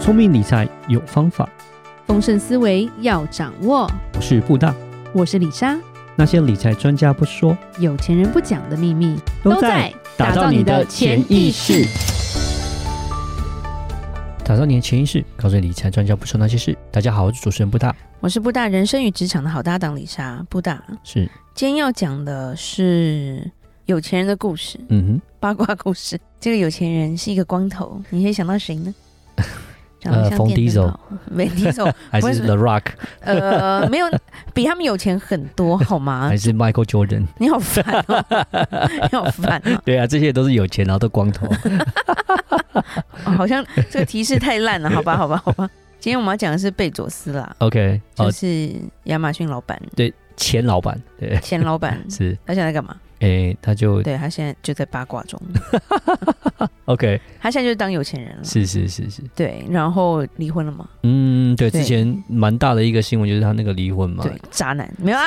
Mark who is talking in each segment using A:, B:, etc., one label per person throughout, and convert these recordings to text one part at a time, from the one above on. A: 聪明理财有方法，
B: 丰盛思维要掌握。
A: 我是布大。
B: 我是李莎，
A: 那些理财专家不说，
B: 有钱人不讲的秘密
A: 打造你的潜意识。，打造你的潜意识，告诉你理财专家不说那些事。大家好，我是主持人布大，
B: 我是布大人生与职场的好搭档李莎。布大
A: 是
B: 今天要讲的是有钱人的故事，
A: 嗯
B: 八卦故事。这个有钱人是一个光头，你会想到谁呢？长
A: 呃
B: 得像
A: 冯
B: 电灯
A: Diesel
B: 泡，没 Diesel，
A: 哼，还
B: 不
A: 是
B: 是
A: The Rock，
B: 呃，没有比他们有钱很多，好吗
A: 还？是 Michael Jordan？
B: 你好烦哦， 你好烦哦。
A: 对啊，这些都是有钱，然后都光头。
B: 哦，好像这个提示太烂了，好吧，好吧，好吧。今天我们要讲的是贝佐斯啦，
A: OK，
B: 就
A: 哦，
B: 是亚马逊老板、
A: 钱老板，对，，
B: 前老板
A: 是，
B: 他现在 干嘛？
A: 诶，他就
B: 对他现在就在八卦中，
A: OK，
B: 他现在就当有钱人了。
A: 是是是是，
B: 对，然后离婚了嘛？
A: 嗯，对，
B: 对
A: 之前蛮大的一个新闻就是他那个离婚嘛，
B: 对，渣男没有啊？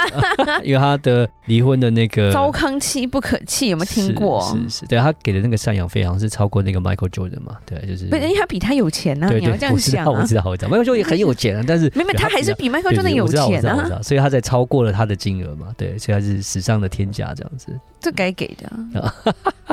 A: 因为他的离婚的那个
B: 糟糠妻不可弃，有没有听过？
A: 是是是，对他给的那个赡养费好像是超过那个 Michael Jordan 嘛，对，就是
B: 不是，因为他比他有钱呐、
A: 对
B: 你要
A: 对，
B: 这样
A: 我知
B: 想
A: 道我
B: 啊
A: 知。道我知道，Michael Jordan 也很有钱啊，但是
B: 没有，没有
A: 对
B: 他还是
A: 比
B: 比
A: 较
B: Michael
A: 对
B: Jordan
A: 对
B: 有
A: 我知道我
B: 钱
A: 知道我知
B: 啊，
A: 道，所以他才超过了他的金额嘛，对，所以他是史上的天价这样子，
B: 这该给 的啊。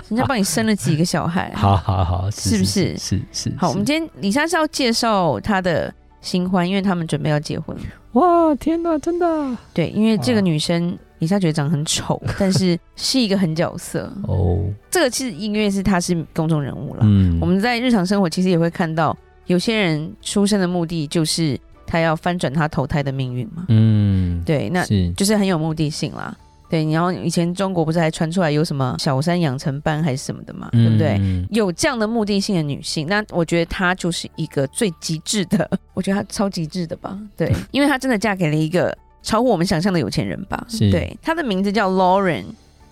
B: 人家帮你生了几个小孩，
A: 好好好，
B: 哎是不
A: 是
B: 是
A: 是是，
B: 好，我们
A: 是
B: 今天李莎是要介绍她的新欢，因为他们准备要结婚。
A: 哇，天哪，真的啊
B: 对，因为这
A: 哇
B: 个女生李莎觉得长得 很丑，但是是一个狠角色。
A: 哦，
B: 这个其实音乐是她是公众人物啦。
A: 嗯，
B: 我们在日常生活其实也会看到，有些人出生的目的就是他要翻转他投胎的命运嘛。
A: 嗯，
B: 对，那
A: 是
B: 就是很有目的性啦。对，然后以前中国不是还传出来有什么小三养成班还是什么的嘛，对不对？
A: 嗯
B: 有这样的目的性的女性，那我觉得她就是一个最极致的， 我觉得她超极致的吧，对， 因为她真的嫁给了一个超乎我们想象的有钱人吧，
A: 是
B: 对，她的名字叫 Lauren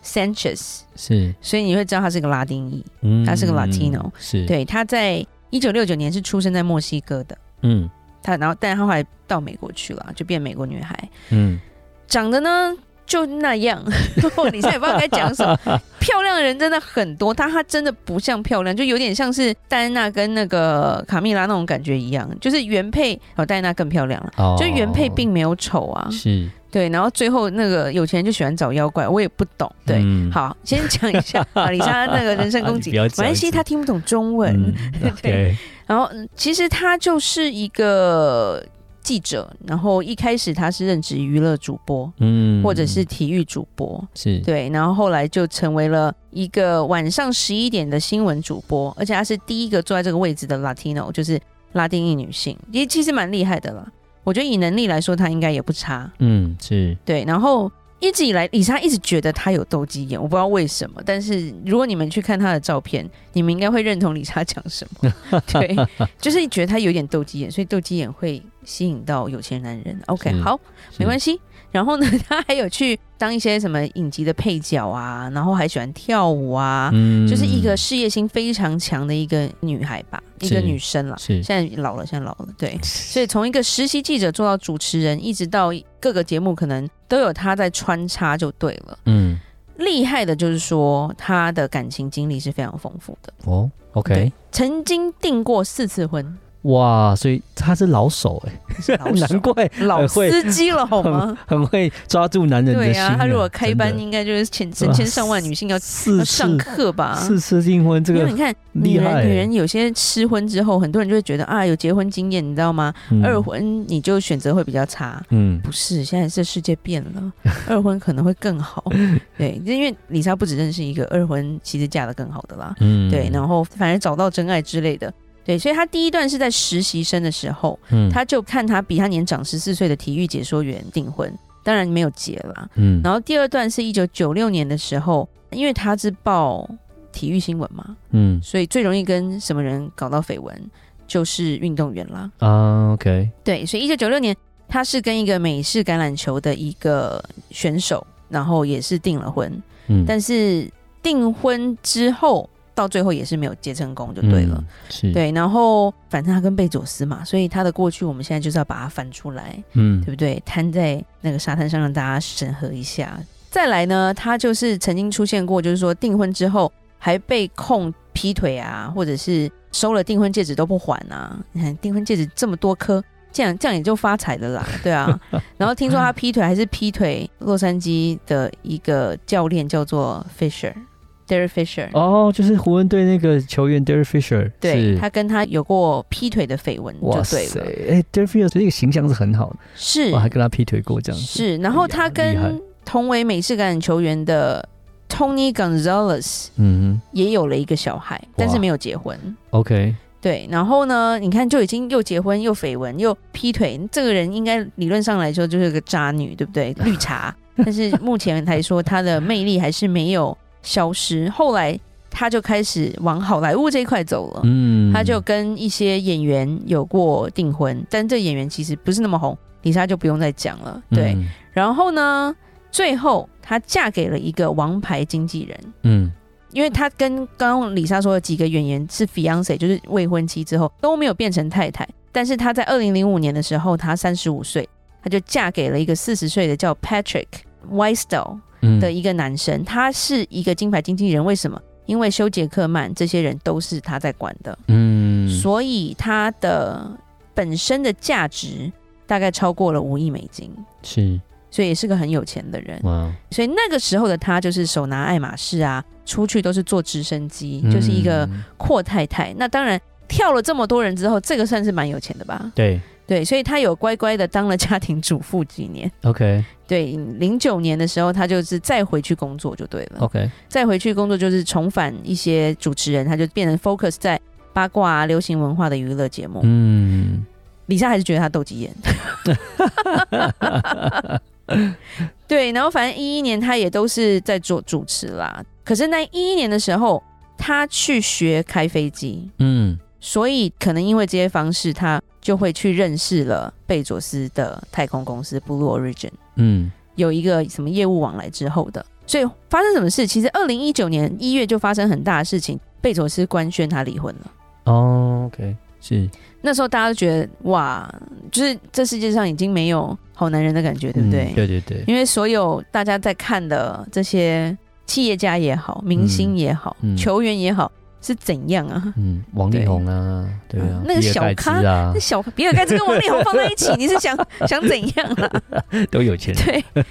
B: Sanchez，
A: 是，
B: 所以你会知道她是个拉丁裔，
A: 嗯
B: 他是个 Latino，
A: 是，，
B: 对，她在一九六九年是出生在墨西哥的，
A: 嗯
B: 她然后但她后来到美国去了，就变美国女孩，
A: 嗯，
B: 长得呢就那样， 你现在也不知道该 讲什么。漂亮的人真的很多，但她真的不像漂亮，就有点像是戴安娜跟那个卡蜜拉那种感觉一样，就是原配哦，戴安娜更漂亮了。
A: 哦
B: 就原配并没有丑啊，
A: 是
B: 对，然后最后那个有钱人就喜欢找妖怪，我也不懂，对，
A: 嗯
B: 好，先讲一 下啊，李莎那个人身攻
A: 你
B: 击，
A: 不要这样
B: 没
A: 子
B: 关系，他听不懂中文，
A: 嗯，OK，
B: 然后嗯其实他就是一个记者，然后一开始他是任职娱乐主播，
A: 嗯，
B: 或者是体育主播，
A: 是，
B: 对，然后后来就成为了一个晚上十一点的新闻主播，而且她是第一个坐在这个位置的 Latino，就是拉丁裔女性，也其实蛮厉害的啦。我觉得以能力来说，她应该也不差。
A: 嗯，是，
B: 对，然后一直以来，李莎一直觉得她有斗鸡眼，我不知道为什么。但是如果你们去看她的照片，你们应该会认同李莎讲什 么。对，就是觉得她有点斗鸡眼，所以斗鸡眼会吸引到有钱男人。OK，
A: 是
B: 好，没关
A: 系，
B: 系。然后呢， 他还有去当一些什么影集的配角啊，然后还喜欢跳舞啊，
A: 嗯
B: 就是一个事业心非常强的一个女孩吧，一个
A: 是
B: 女生啦。
A: 是
B: 现在老了，现在老了，对。所以从一个实习记者做到主持人，一直到各个节目，可能都有她在穿插，就对了。
A: 嗯，
B: 厉害的就是说，她的感情经历是非常丰富的，
A: 哦，OK，
B: 对曾经订过四次婚，
A: 哇，所以他是老手哎，
B: 老手
A: 难怪
B: 老
A: 很会
B: 司机了好吗？
A: 很会抓住男人的
B: 对
A: 心
B: 呀、
A: 啊。
B: 他如果开班，
A: 真的
B: 应该就是千成千上万女性要
A: 四
B: 要上
A: 次
B: 课吧？
A: 四次订婚，这
B: 因为
A: 个
B: 你看，
A: 厉
B: 女
A: 害哎欸
B: 人女人有些吃婚之后，很多人就会觉得啊，有结婚经验，你知道吗？
A: 嗯
B: 二婚你就选择会比较差。
A: 嗯
B: 不是，现在这世界变 了，二婚可能会更好。对，因为李莎不只认识一个二婚，其实嫁的更好的啦。
A: 嗯
B: 对，
A: 后
B: 然后反而找到真爱之类的。对，所以她第一段是在实习生的时候，
A: 嗯
B: 她就看她比她年长十四岁的体育解说员订婚，当然没有结啦。
A: 嗯
B: 然后第二段是一九九六年的时候，因为他是报体育新闻嘛，
A: 嗯
B: 所以最容易跟什么人搞到绯闻，就是运动员啦。
A: 啊 OK
B: 对，所以一九九六年他是跟一个美式橄榄球的一个选手，然后也是订了婚，
A: 嗯，
B: 但是订婚之后到最后也是没有结成功，就对了。
A: 嗯是
B: 对，然后反正他跟贝佐斯嘛，所以他的过去我们现在就是要把它翻出来。
A: 嗯
B: 对不对？摊在那个沙滩上让大家审核一下。再来呢，他就是曾经出现过，就是说订婚之后，还被控劈腿啊，或者是收了订婚戒指都不还啊。你看订婚戒指这么多颗，这样这样也就发财了啦，对啊。 然后听说他劈腿还是劈腿洛杉矶的一个教练，叫做 Fisher，Derek Fisher。
A: 哦，就是湖人队那个球员 Derek Fisher，
B: 对
A: 是
B: 他跟他有过劈腿的绯闻，就
A: 哇
B: 对
A: 塞，
B: 了，
A: 哎，Derek Fisher 这个形象是很好的，
B: 是
A: 我还跟他劈腿过这样子，
B: 是，然后
A: 哎呀
B: 他
A: 厉害
B: 跟同为美式橄榄球员的 Tony Gonzalez
A: 嗯
B: 也有了一个小孩，但是
A: 哇
B: 没有结婚。
A: 哼，OK，
B: 对，然后呢，你看就已经又结婚又绯闻又劈腿，这个人应该理论上来说就是个渣女，对 不对？绿茶。但是目前来说，她的魅力还是没有消失。后来她就开始往好莱坞这一块走了。
A: 嗯，
B: 哦他就跟一些演员有过订婚，但这演员其实不是那么红，李莎就不用再讲了。对，
A: 嗯，
B: 然后呢，最后她嫁给了一个王牌经纪人，
A: 嗯，
B: 因为她跟刚刚李莎说的几个演员是 fiance，就是未婚妻之后都没有变成太太，但是她在二零零五年的时候，她三十五岁，她就嫁给了一个四十岁的叫 Patrick Weistel
A: 嗯
B: 的一个男生，他是一个金牌经纪人，为什么？因为修杰克曼这些人都是他在管的。
A: 嗯，
B: 所以它的本身的价值大概超过了五亿美金，
A: 是
B: 所以也是个很有钱的人。
A: 哇，
B: 所以那个时候的他就是手拿爱马仕啊，出去都是坐直升机，就是一个
A: 嗯
B: 阔太太。那当然跳了这么多人之后，这个算是蛮有钱的吧？
A: 对
B: 对，所以他有乖乖的当了家庭主妇几年。
A: ，OK
B: 对，零九年的时候，他就是再回去工作就对了。
A: OK，
B: 再回去工作就是重返一些主持人，他就变成 focus 在八卦啊、流行文化的娱乐节目。
A: 嗯，
B: 李莎还是觉得他斗鸡眼。对，然后反正一一年他也都是在做主持啦。可是那一一年的时候，他去学开飞机，
A: 嗯
B: 所以可能因为这些方式，他就会去认识了贝佐斯的太空公司 Blue Origin，
A: 嗯
B: 有一个什么业务往来之后的。所以发生什么事？其实二零一九年一月就发生很大的事情，贝佐斯官宣他离婚了。
A: 哦，OK，是，
B: 那时候大家都觉得哇，就是这世界上已经没有好男人的感觉，对不对？
A: 嗯对对对，
B: 因为所有大家在看的这些企业家也好，明星也好，
A: 嗯
B: 球员也好，是怎样啊？
A: 嗯，王力宏啊，对啊
B: 嗯，那个
A: 比尔
B: 小
A: 盖
B: 咖
A: 茨啊
B: 那，小比尔盖茨跟王力宏放在一 起，你是想想怎样啊？
A: 都有钱人，
B: 对，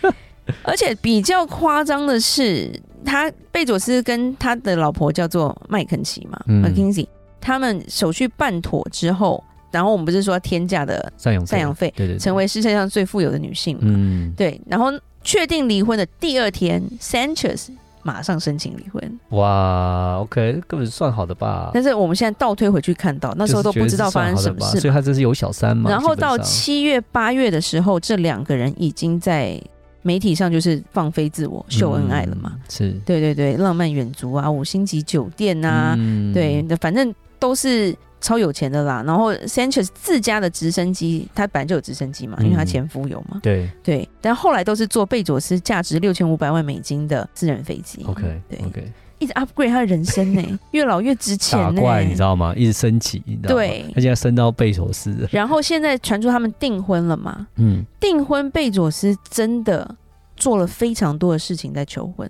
B: 而且比较夸张的是，他贝佐斯跟他的老婆叫做麦肯齐嘛、
A: 嗯
B: m c k i n s e y 他们手续办妥之后，然后我们不是说天价的
A: 赡养
B: 赡养费，
A: 对对，对
B: 成为世界上最富有的女性嘛。
A: 嗯，
B: 对，然后确定离婚的第二天，Sanchez 马上申请离婚。
A: 哇，OK，根本算好的吧？
B: 但是我们现在倒推回去看到，那时候都不知道发生什
A: 就是觉得是
B: 么
A: 算好的吧所
B: 事。
A: 以他这是有小三嘛？
B: 然后到
A: 基本上
B: 七月、八月的时候，这两个人已经在媒体上就是放飞自我、秀恩爱了嘛？，
A: 嗯是
B: 对对对，浪漫远足啊，五星级酒店啊，
A: 嗯
B: 对，那反正都是超有钱的啦。然后 Sanchez 自家的直升机，他本来就有直升机嘛，因为他
A: 嗯
B: 前夫有嘛。
A: 对
B: 对，但后来都是坐贝佐斯价值六千五百万美金的私人飞机。
A: ，OK
B: 对
A: OK，
B: 一直 upgrade 他的人生呢、 越老越值钱
A: 打
B: 呢、
A: 怪你知道吗？一直升级，你知道吗
B: 对
A: 他现在升到贝索斯了，
B: 然后现在传出他们订婚了嘛？
A: 嗯，
B: 订婚，贝佐斯真的做了非常多的事情在求婚。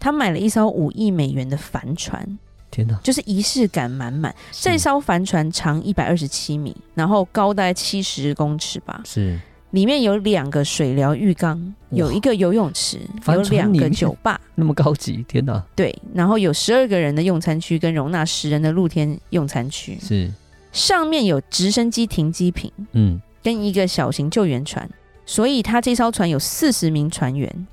B: 他买了一艘五亿美元的帆船，
A: 天哪，
B: 就是仪式感满满。这
A: 是
B: 艘帆船长一百二十七米，然后高大概七十公尺吧，
A: 是
B: 里面有两个水疗浴缸，有
A: 哇
B: 一个游泳池，有
A: 帆船
B: 两
A: 里
B: 个
A: 面
B: 酒吧。
A: 那么高级，天哪，
B: 对，然后有十二个人的用餐区跟容纳十人的露天用餐区，
A: 是，
B: 上面有直升机停机坪
A: 嗯，
B: 跟一个小型救援船，所以他这艘船有四十名 船员。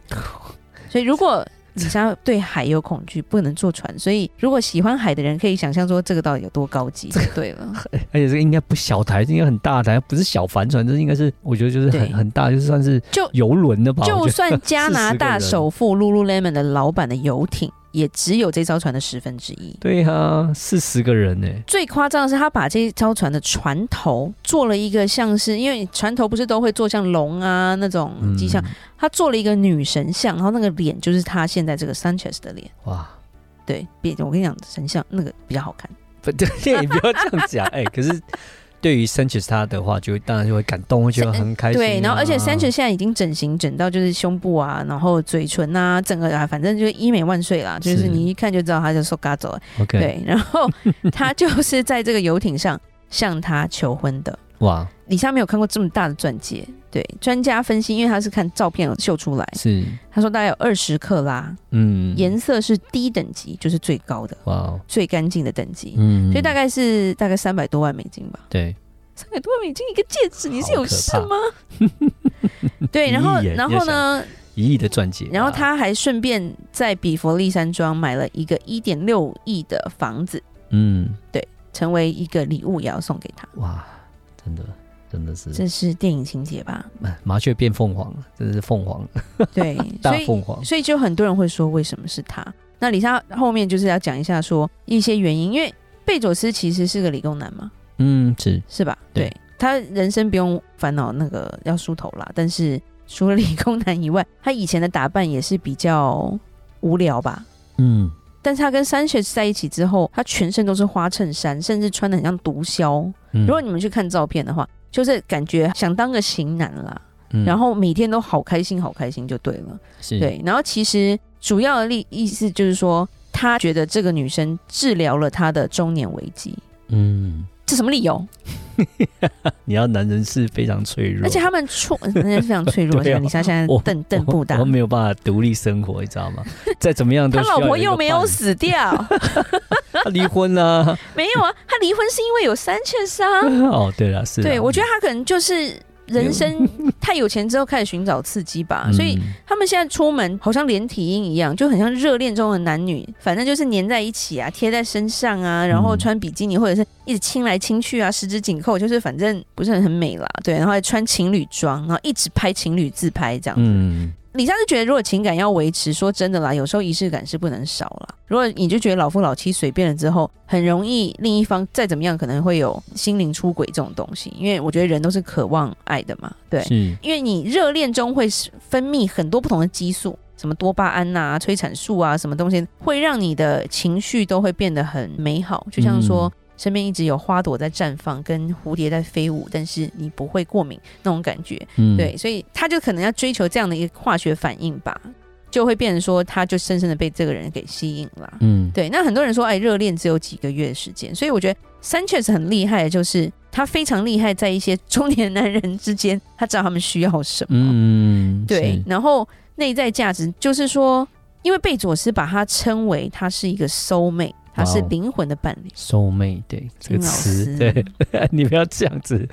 B: 所以如果你莎对海有恐惧，不能坐船，所以如果喜欢海的人可以想象说这个到底有多高级，就对了。
A: 而且这个应该不小台，应该很大台，不是小帆船，这应该是我觉得就是
B: 对
A: 很很大，就算是
B: 就
A: 游轮的吧，我
B: 就
A: 觉 得
B: 算加拿
A: 40个
B: 大
A: 人
B: 首富 Lululemon 的老板的游艇，也只有这艘船的十分之一。
A: 对啊，四十个人呢，
B: 最夸张的是，他把这艘船的船头做了一个像是，因为船头不是都会做像龙啊那种
A: 嗯
B: 机像，他做了一个女神像，然后那个脸就是他现在这个 Sanchez 的脸。
A: 哇。
B: 对，别我跟你讲，神像那个比较好看。
A: 不对，你不要这样讲。哎、可是对于 Sanchez 他的话，就当然就会感 动，会觉得很开心啊、
B: 对，然后而且 Sanchez 现在已经整形整到就是胸部啊，然后嘴唇啊，整个啊，反正就是医美万岁啦，就是是你一看就知道他是 s o g a 走了。
A: OK，
B: 对，然后他就是在这个游艇上向他求婚的。
A: 哇，
B: 李莎没有看过这么大的钻戒，对专家分析，因为他是看照片秀出来，
A: 是，
B: 他说大概有二十克拉，
A: 嗯，
B: 哎颜色是低等级，就是最高的、
A: 哇哦，
B: 最干净的等级，
A: 嗯，
B: 所以大概是大概三百多万美金吧，
A: 对，
B: 三百多万美金一个戒指，你是
A: 好
B: 有
A: 可
B: 事
A: 怕
B: 吗？ 对，然后
A: 一亿耶
B: 然
A: 要
B: 后
A: 想
B: 呢，
A: 一亿的钻戒，
B: 然后
A: 哇，
B: 他还顺便在比佛利山庄买了一个一点六亿的房子，
A: 嗯，
B: 成为一个礼物也要送给他，
A: 哇，真的真的是
B: 这是电影情节吧？
A: 哎麻雀变凤凰了，真的是凤凰
B: 对，
A: 大
B: 所以
A: 凤凰，
B: 所以就很多人会说，为什么是他？那李莎后面就是要讲一下说一些原因，因为贝佐斯其实是个理工男嘛，
A: 嗯，是
B: 是吧？
A: 对
B: 他人生不用烦恼那个要梳头啦，但是除了 理工男以外，他以前的打扮也是比较无聊吧。
A: 嗯，
B: 但是他跟 Sanchez 在一起之后，他全身都是花衬衫，甚至穿的很像毒枭。
A: 嗯
B: 如果你们去看照片的话，就是感觉想当个型男啦，
A: 嗯
B: 然后每天都好开心，好开心就对了。
A: 是，
B: 对，然后其实主要的意意思就是说，他觉得这个女生治疗了他的中年危机，
A: 嗯，
B: 这什么理由？
A: 你要男人是非常脆弱，
B: 而且他们错，人家是非常脆 弱
A: 对啊
B: 的。你像现在
A: 我
B: 邓邓布
A: 我
B: 达
A: 我，没有办法独立生活，你知道吗？再怎么样都
B: 他
A: 需要
B: 老婆
A: 一个
B: 又没有
A: 伴
B: 死掉，
A: 他离婚啦、
B: 没有啊，他离婚是因为有三千杀。
A: 哦，对了，是啦。
B: 对，我觉得他可能就是人生太有钱之后开始寻找刺激吧，啊所以
A: 嗯
B: 他们现在出门好像连体婴一样，就很像热恋中的男女，反正就是粘在一起啊，贴在身上啊，然后穿比基尼或者是一直亲来亲去啊，十指紧扣，就是反正不是很美啦。对，然后还穿情侣装，然后一直拍情侣自拍这样。
A: 嗯，
B: 李莎是觉得，如果情感要维持，说真的啦，有时候仪式感是不能少啦。如果你就觉得老夫老妻随便了之后，很容易另一方再怎么样可能会有心灵出轨这种东西，因为我觉得人都是渴望爱的嘛。对，
A: 嗯是，
B: 因为你热恋中会分泌很多不同的激素，什么多巴胺呐、催产素啊，什么东西会让你的情绪都会变得很美好。就像说，身边一直有花朵在绽放，跟蝴蝶在飞舞，但是你不会过敏那种感觉。
A: 嗯，
B: 对，所以他就可能要追求这样的一个化学反应吧，就会变成说，他就深深的被这个人给吸引了。
A: 嗯，
B: 对，那很多人说，哎，热恋只有几个月的时间，所以我觉得 Sanchez 很厉害，的就是他非常厉害，在一些 中年男人之间，他知道他们需要什么，
A: 嗯，
B: 对
A: 是，，
B: 然后内在价值就是说，因为贝佐斯把他称为他是一个 soul mate，他是
A: 哇哦
B: 灵魂的伴侣。
A: 收妹，对这
B: 金
A: 个
B: 老
A: 词，
B: 师，
A: 对， 你不要这样子，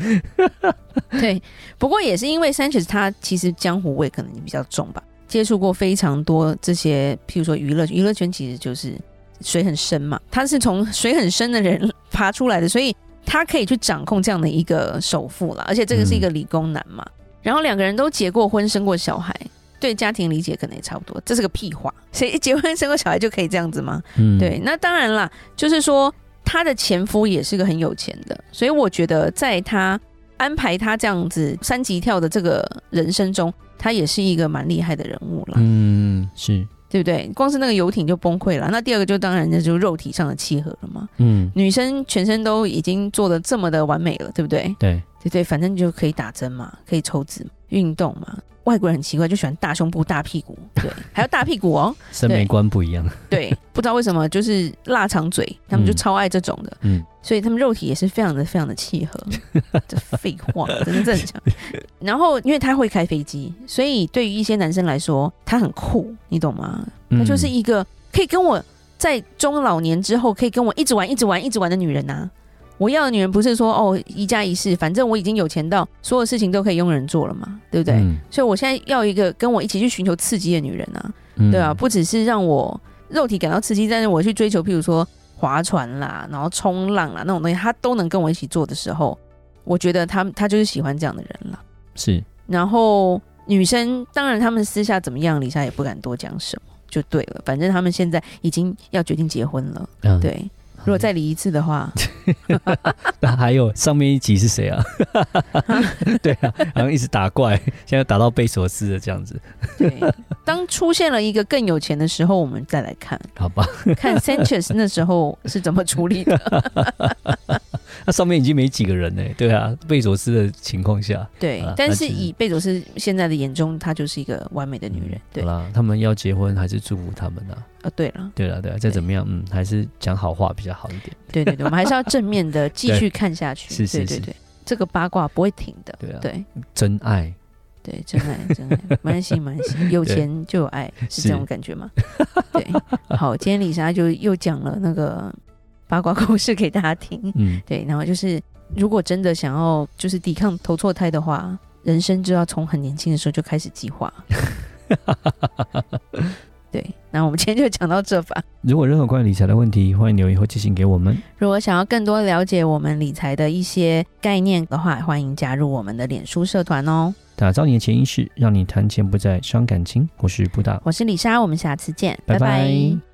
B: 对，不过也是因为 Sanchez 他其实江湖味可能比较重吧，接触过非常多这些，譬如说娱乐娱乐圈其实就是水很深嘛，他是从水很深的人爬出来的，所以他可以去掌控这样的一个首富啦，而且这个是一个理工男嘛，然后两个人都结过婚，生过小孩。对家庭理解可能也差不多，这是个屁话。谁一结婚生过小孩就可以这样子吗？
A: 嗯，
B: 对，，那当然啦，就是说她的前夫也是个很有钱的，所以我觉得在她安排她这样子三级跳的这个人生中，她也是一个蛮厉害的人物啦，
A: 嗯，是，
B: 对不对？光是那个游艇就崩溃了，那第二个就当然那就是肉体上的契合了嘛。
A: 嗯，
B: 女生全身都已经做的这么的完美了，对不对？
A: 对，
B: 对对，反正就可以打针嘛，可以抽脂，运动嘛。外国人很奇怪，就喜欢大胸部、大屁股，对，还有大屁股哦。
A: 审美
B: 对
A: 观不一样，
B: 对，不知道为什么就是腊肠嘴，他们就
A: 嗯
B: 超爱这种的，
A: 嗯
B: 所以他们肉体也是非常的非常的契合。 这废话，真的正常。然后因为他会开飞机，所以对于一些男生来说，他很酷，你懂吗？他就是
A: 嗯
B: 一个可以跟我在中老年之后可以跟我一直玩、一直玩、一直玩的女人呐、我要的女人不是说哦一加一世，反正我已经有钱到所有事情都可以佣人做了嘛，对不对？
A: 嗯
B: 所以我现在要一个跟我一起去寻求刺激的女人啊。
A: 嗯
B: 对啊，不只是让我肉体感到刺激，但是我去追求，譬如说划船啦，然后冲浪啦那种东西，他都能跟我一起做的时候，我觉得他他就是喜欢这样的人啦。
A: 是，
B: 然后女生当然他们私下怎么样，李莎也不敢多讲什么，就对了。反正他们现在已经要决定结婚了，
A: 嗯，
B: 对。如果再离一次的话，
A: 那还有上面一集是谁啊？ 对啊，好像一直打怪，现在打到贝索斯的这样子，
B: 对，当出现了一个更有钱的时候，我们再来看
A: 好吧？
B: 看 Sanchez 那时候是怎么处理的。
A: 那上面已经没几个人呢、对啊，贝佐斯的情况下，
B: 对
A: 好啦，
B: 但
A: 那
B: 是
A: 其实
B: 以贝佐斯现在的眼中，她就是一个完美的女人。对
A: 嗯好，啦，他们要结婚还是祝福他们啊。
B: 呃，对了，
A: 对了，对了，再怎么样，嗯，还是讲好话比较好一点。
B: 对对对，我们还是要正面的继续看下去。
A: 是是
B: 对
A: 是
B: 对对，这个八卦不会停的。
A: 对啊，
B: 对
A: 真爱，
B: 对，真爱真爱，没关系没关系，有钱就有爱，是
A: 是
B: 这种感觉吗？对，好，今天李莎就又讲了那个八卦故事给大家听。
A: 嗯，
B: 对，然后就是如果真的想要就是抵抗投错胎的话，人生就要从很年轻的时候就开始 计划。对，那我们今天就讲到这吧。
A: 如果任何关于理财的问题，欢迎留言或寄信给我们。
B: 如果想要更多了解我们理财的一些概念的话，欢迎加入我们的脸书社团哦。
A: 打造你的潜意识，让你谈钱不再伤感情。我是布达，
B: 我是李莎，我们下次见，
A: 拜拜
B: 拜拜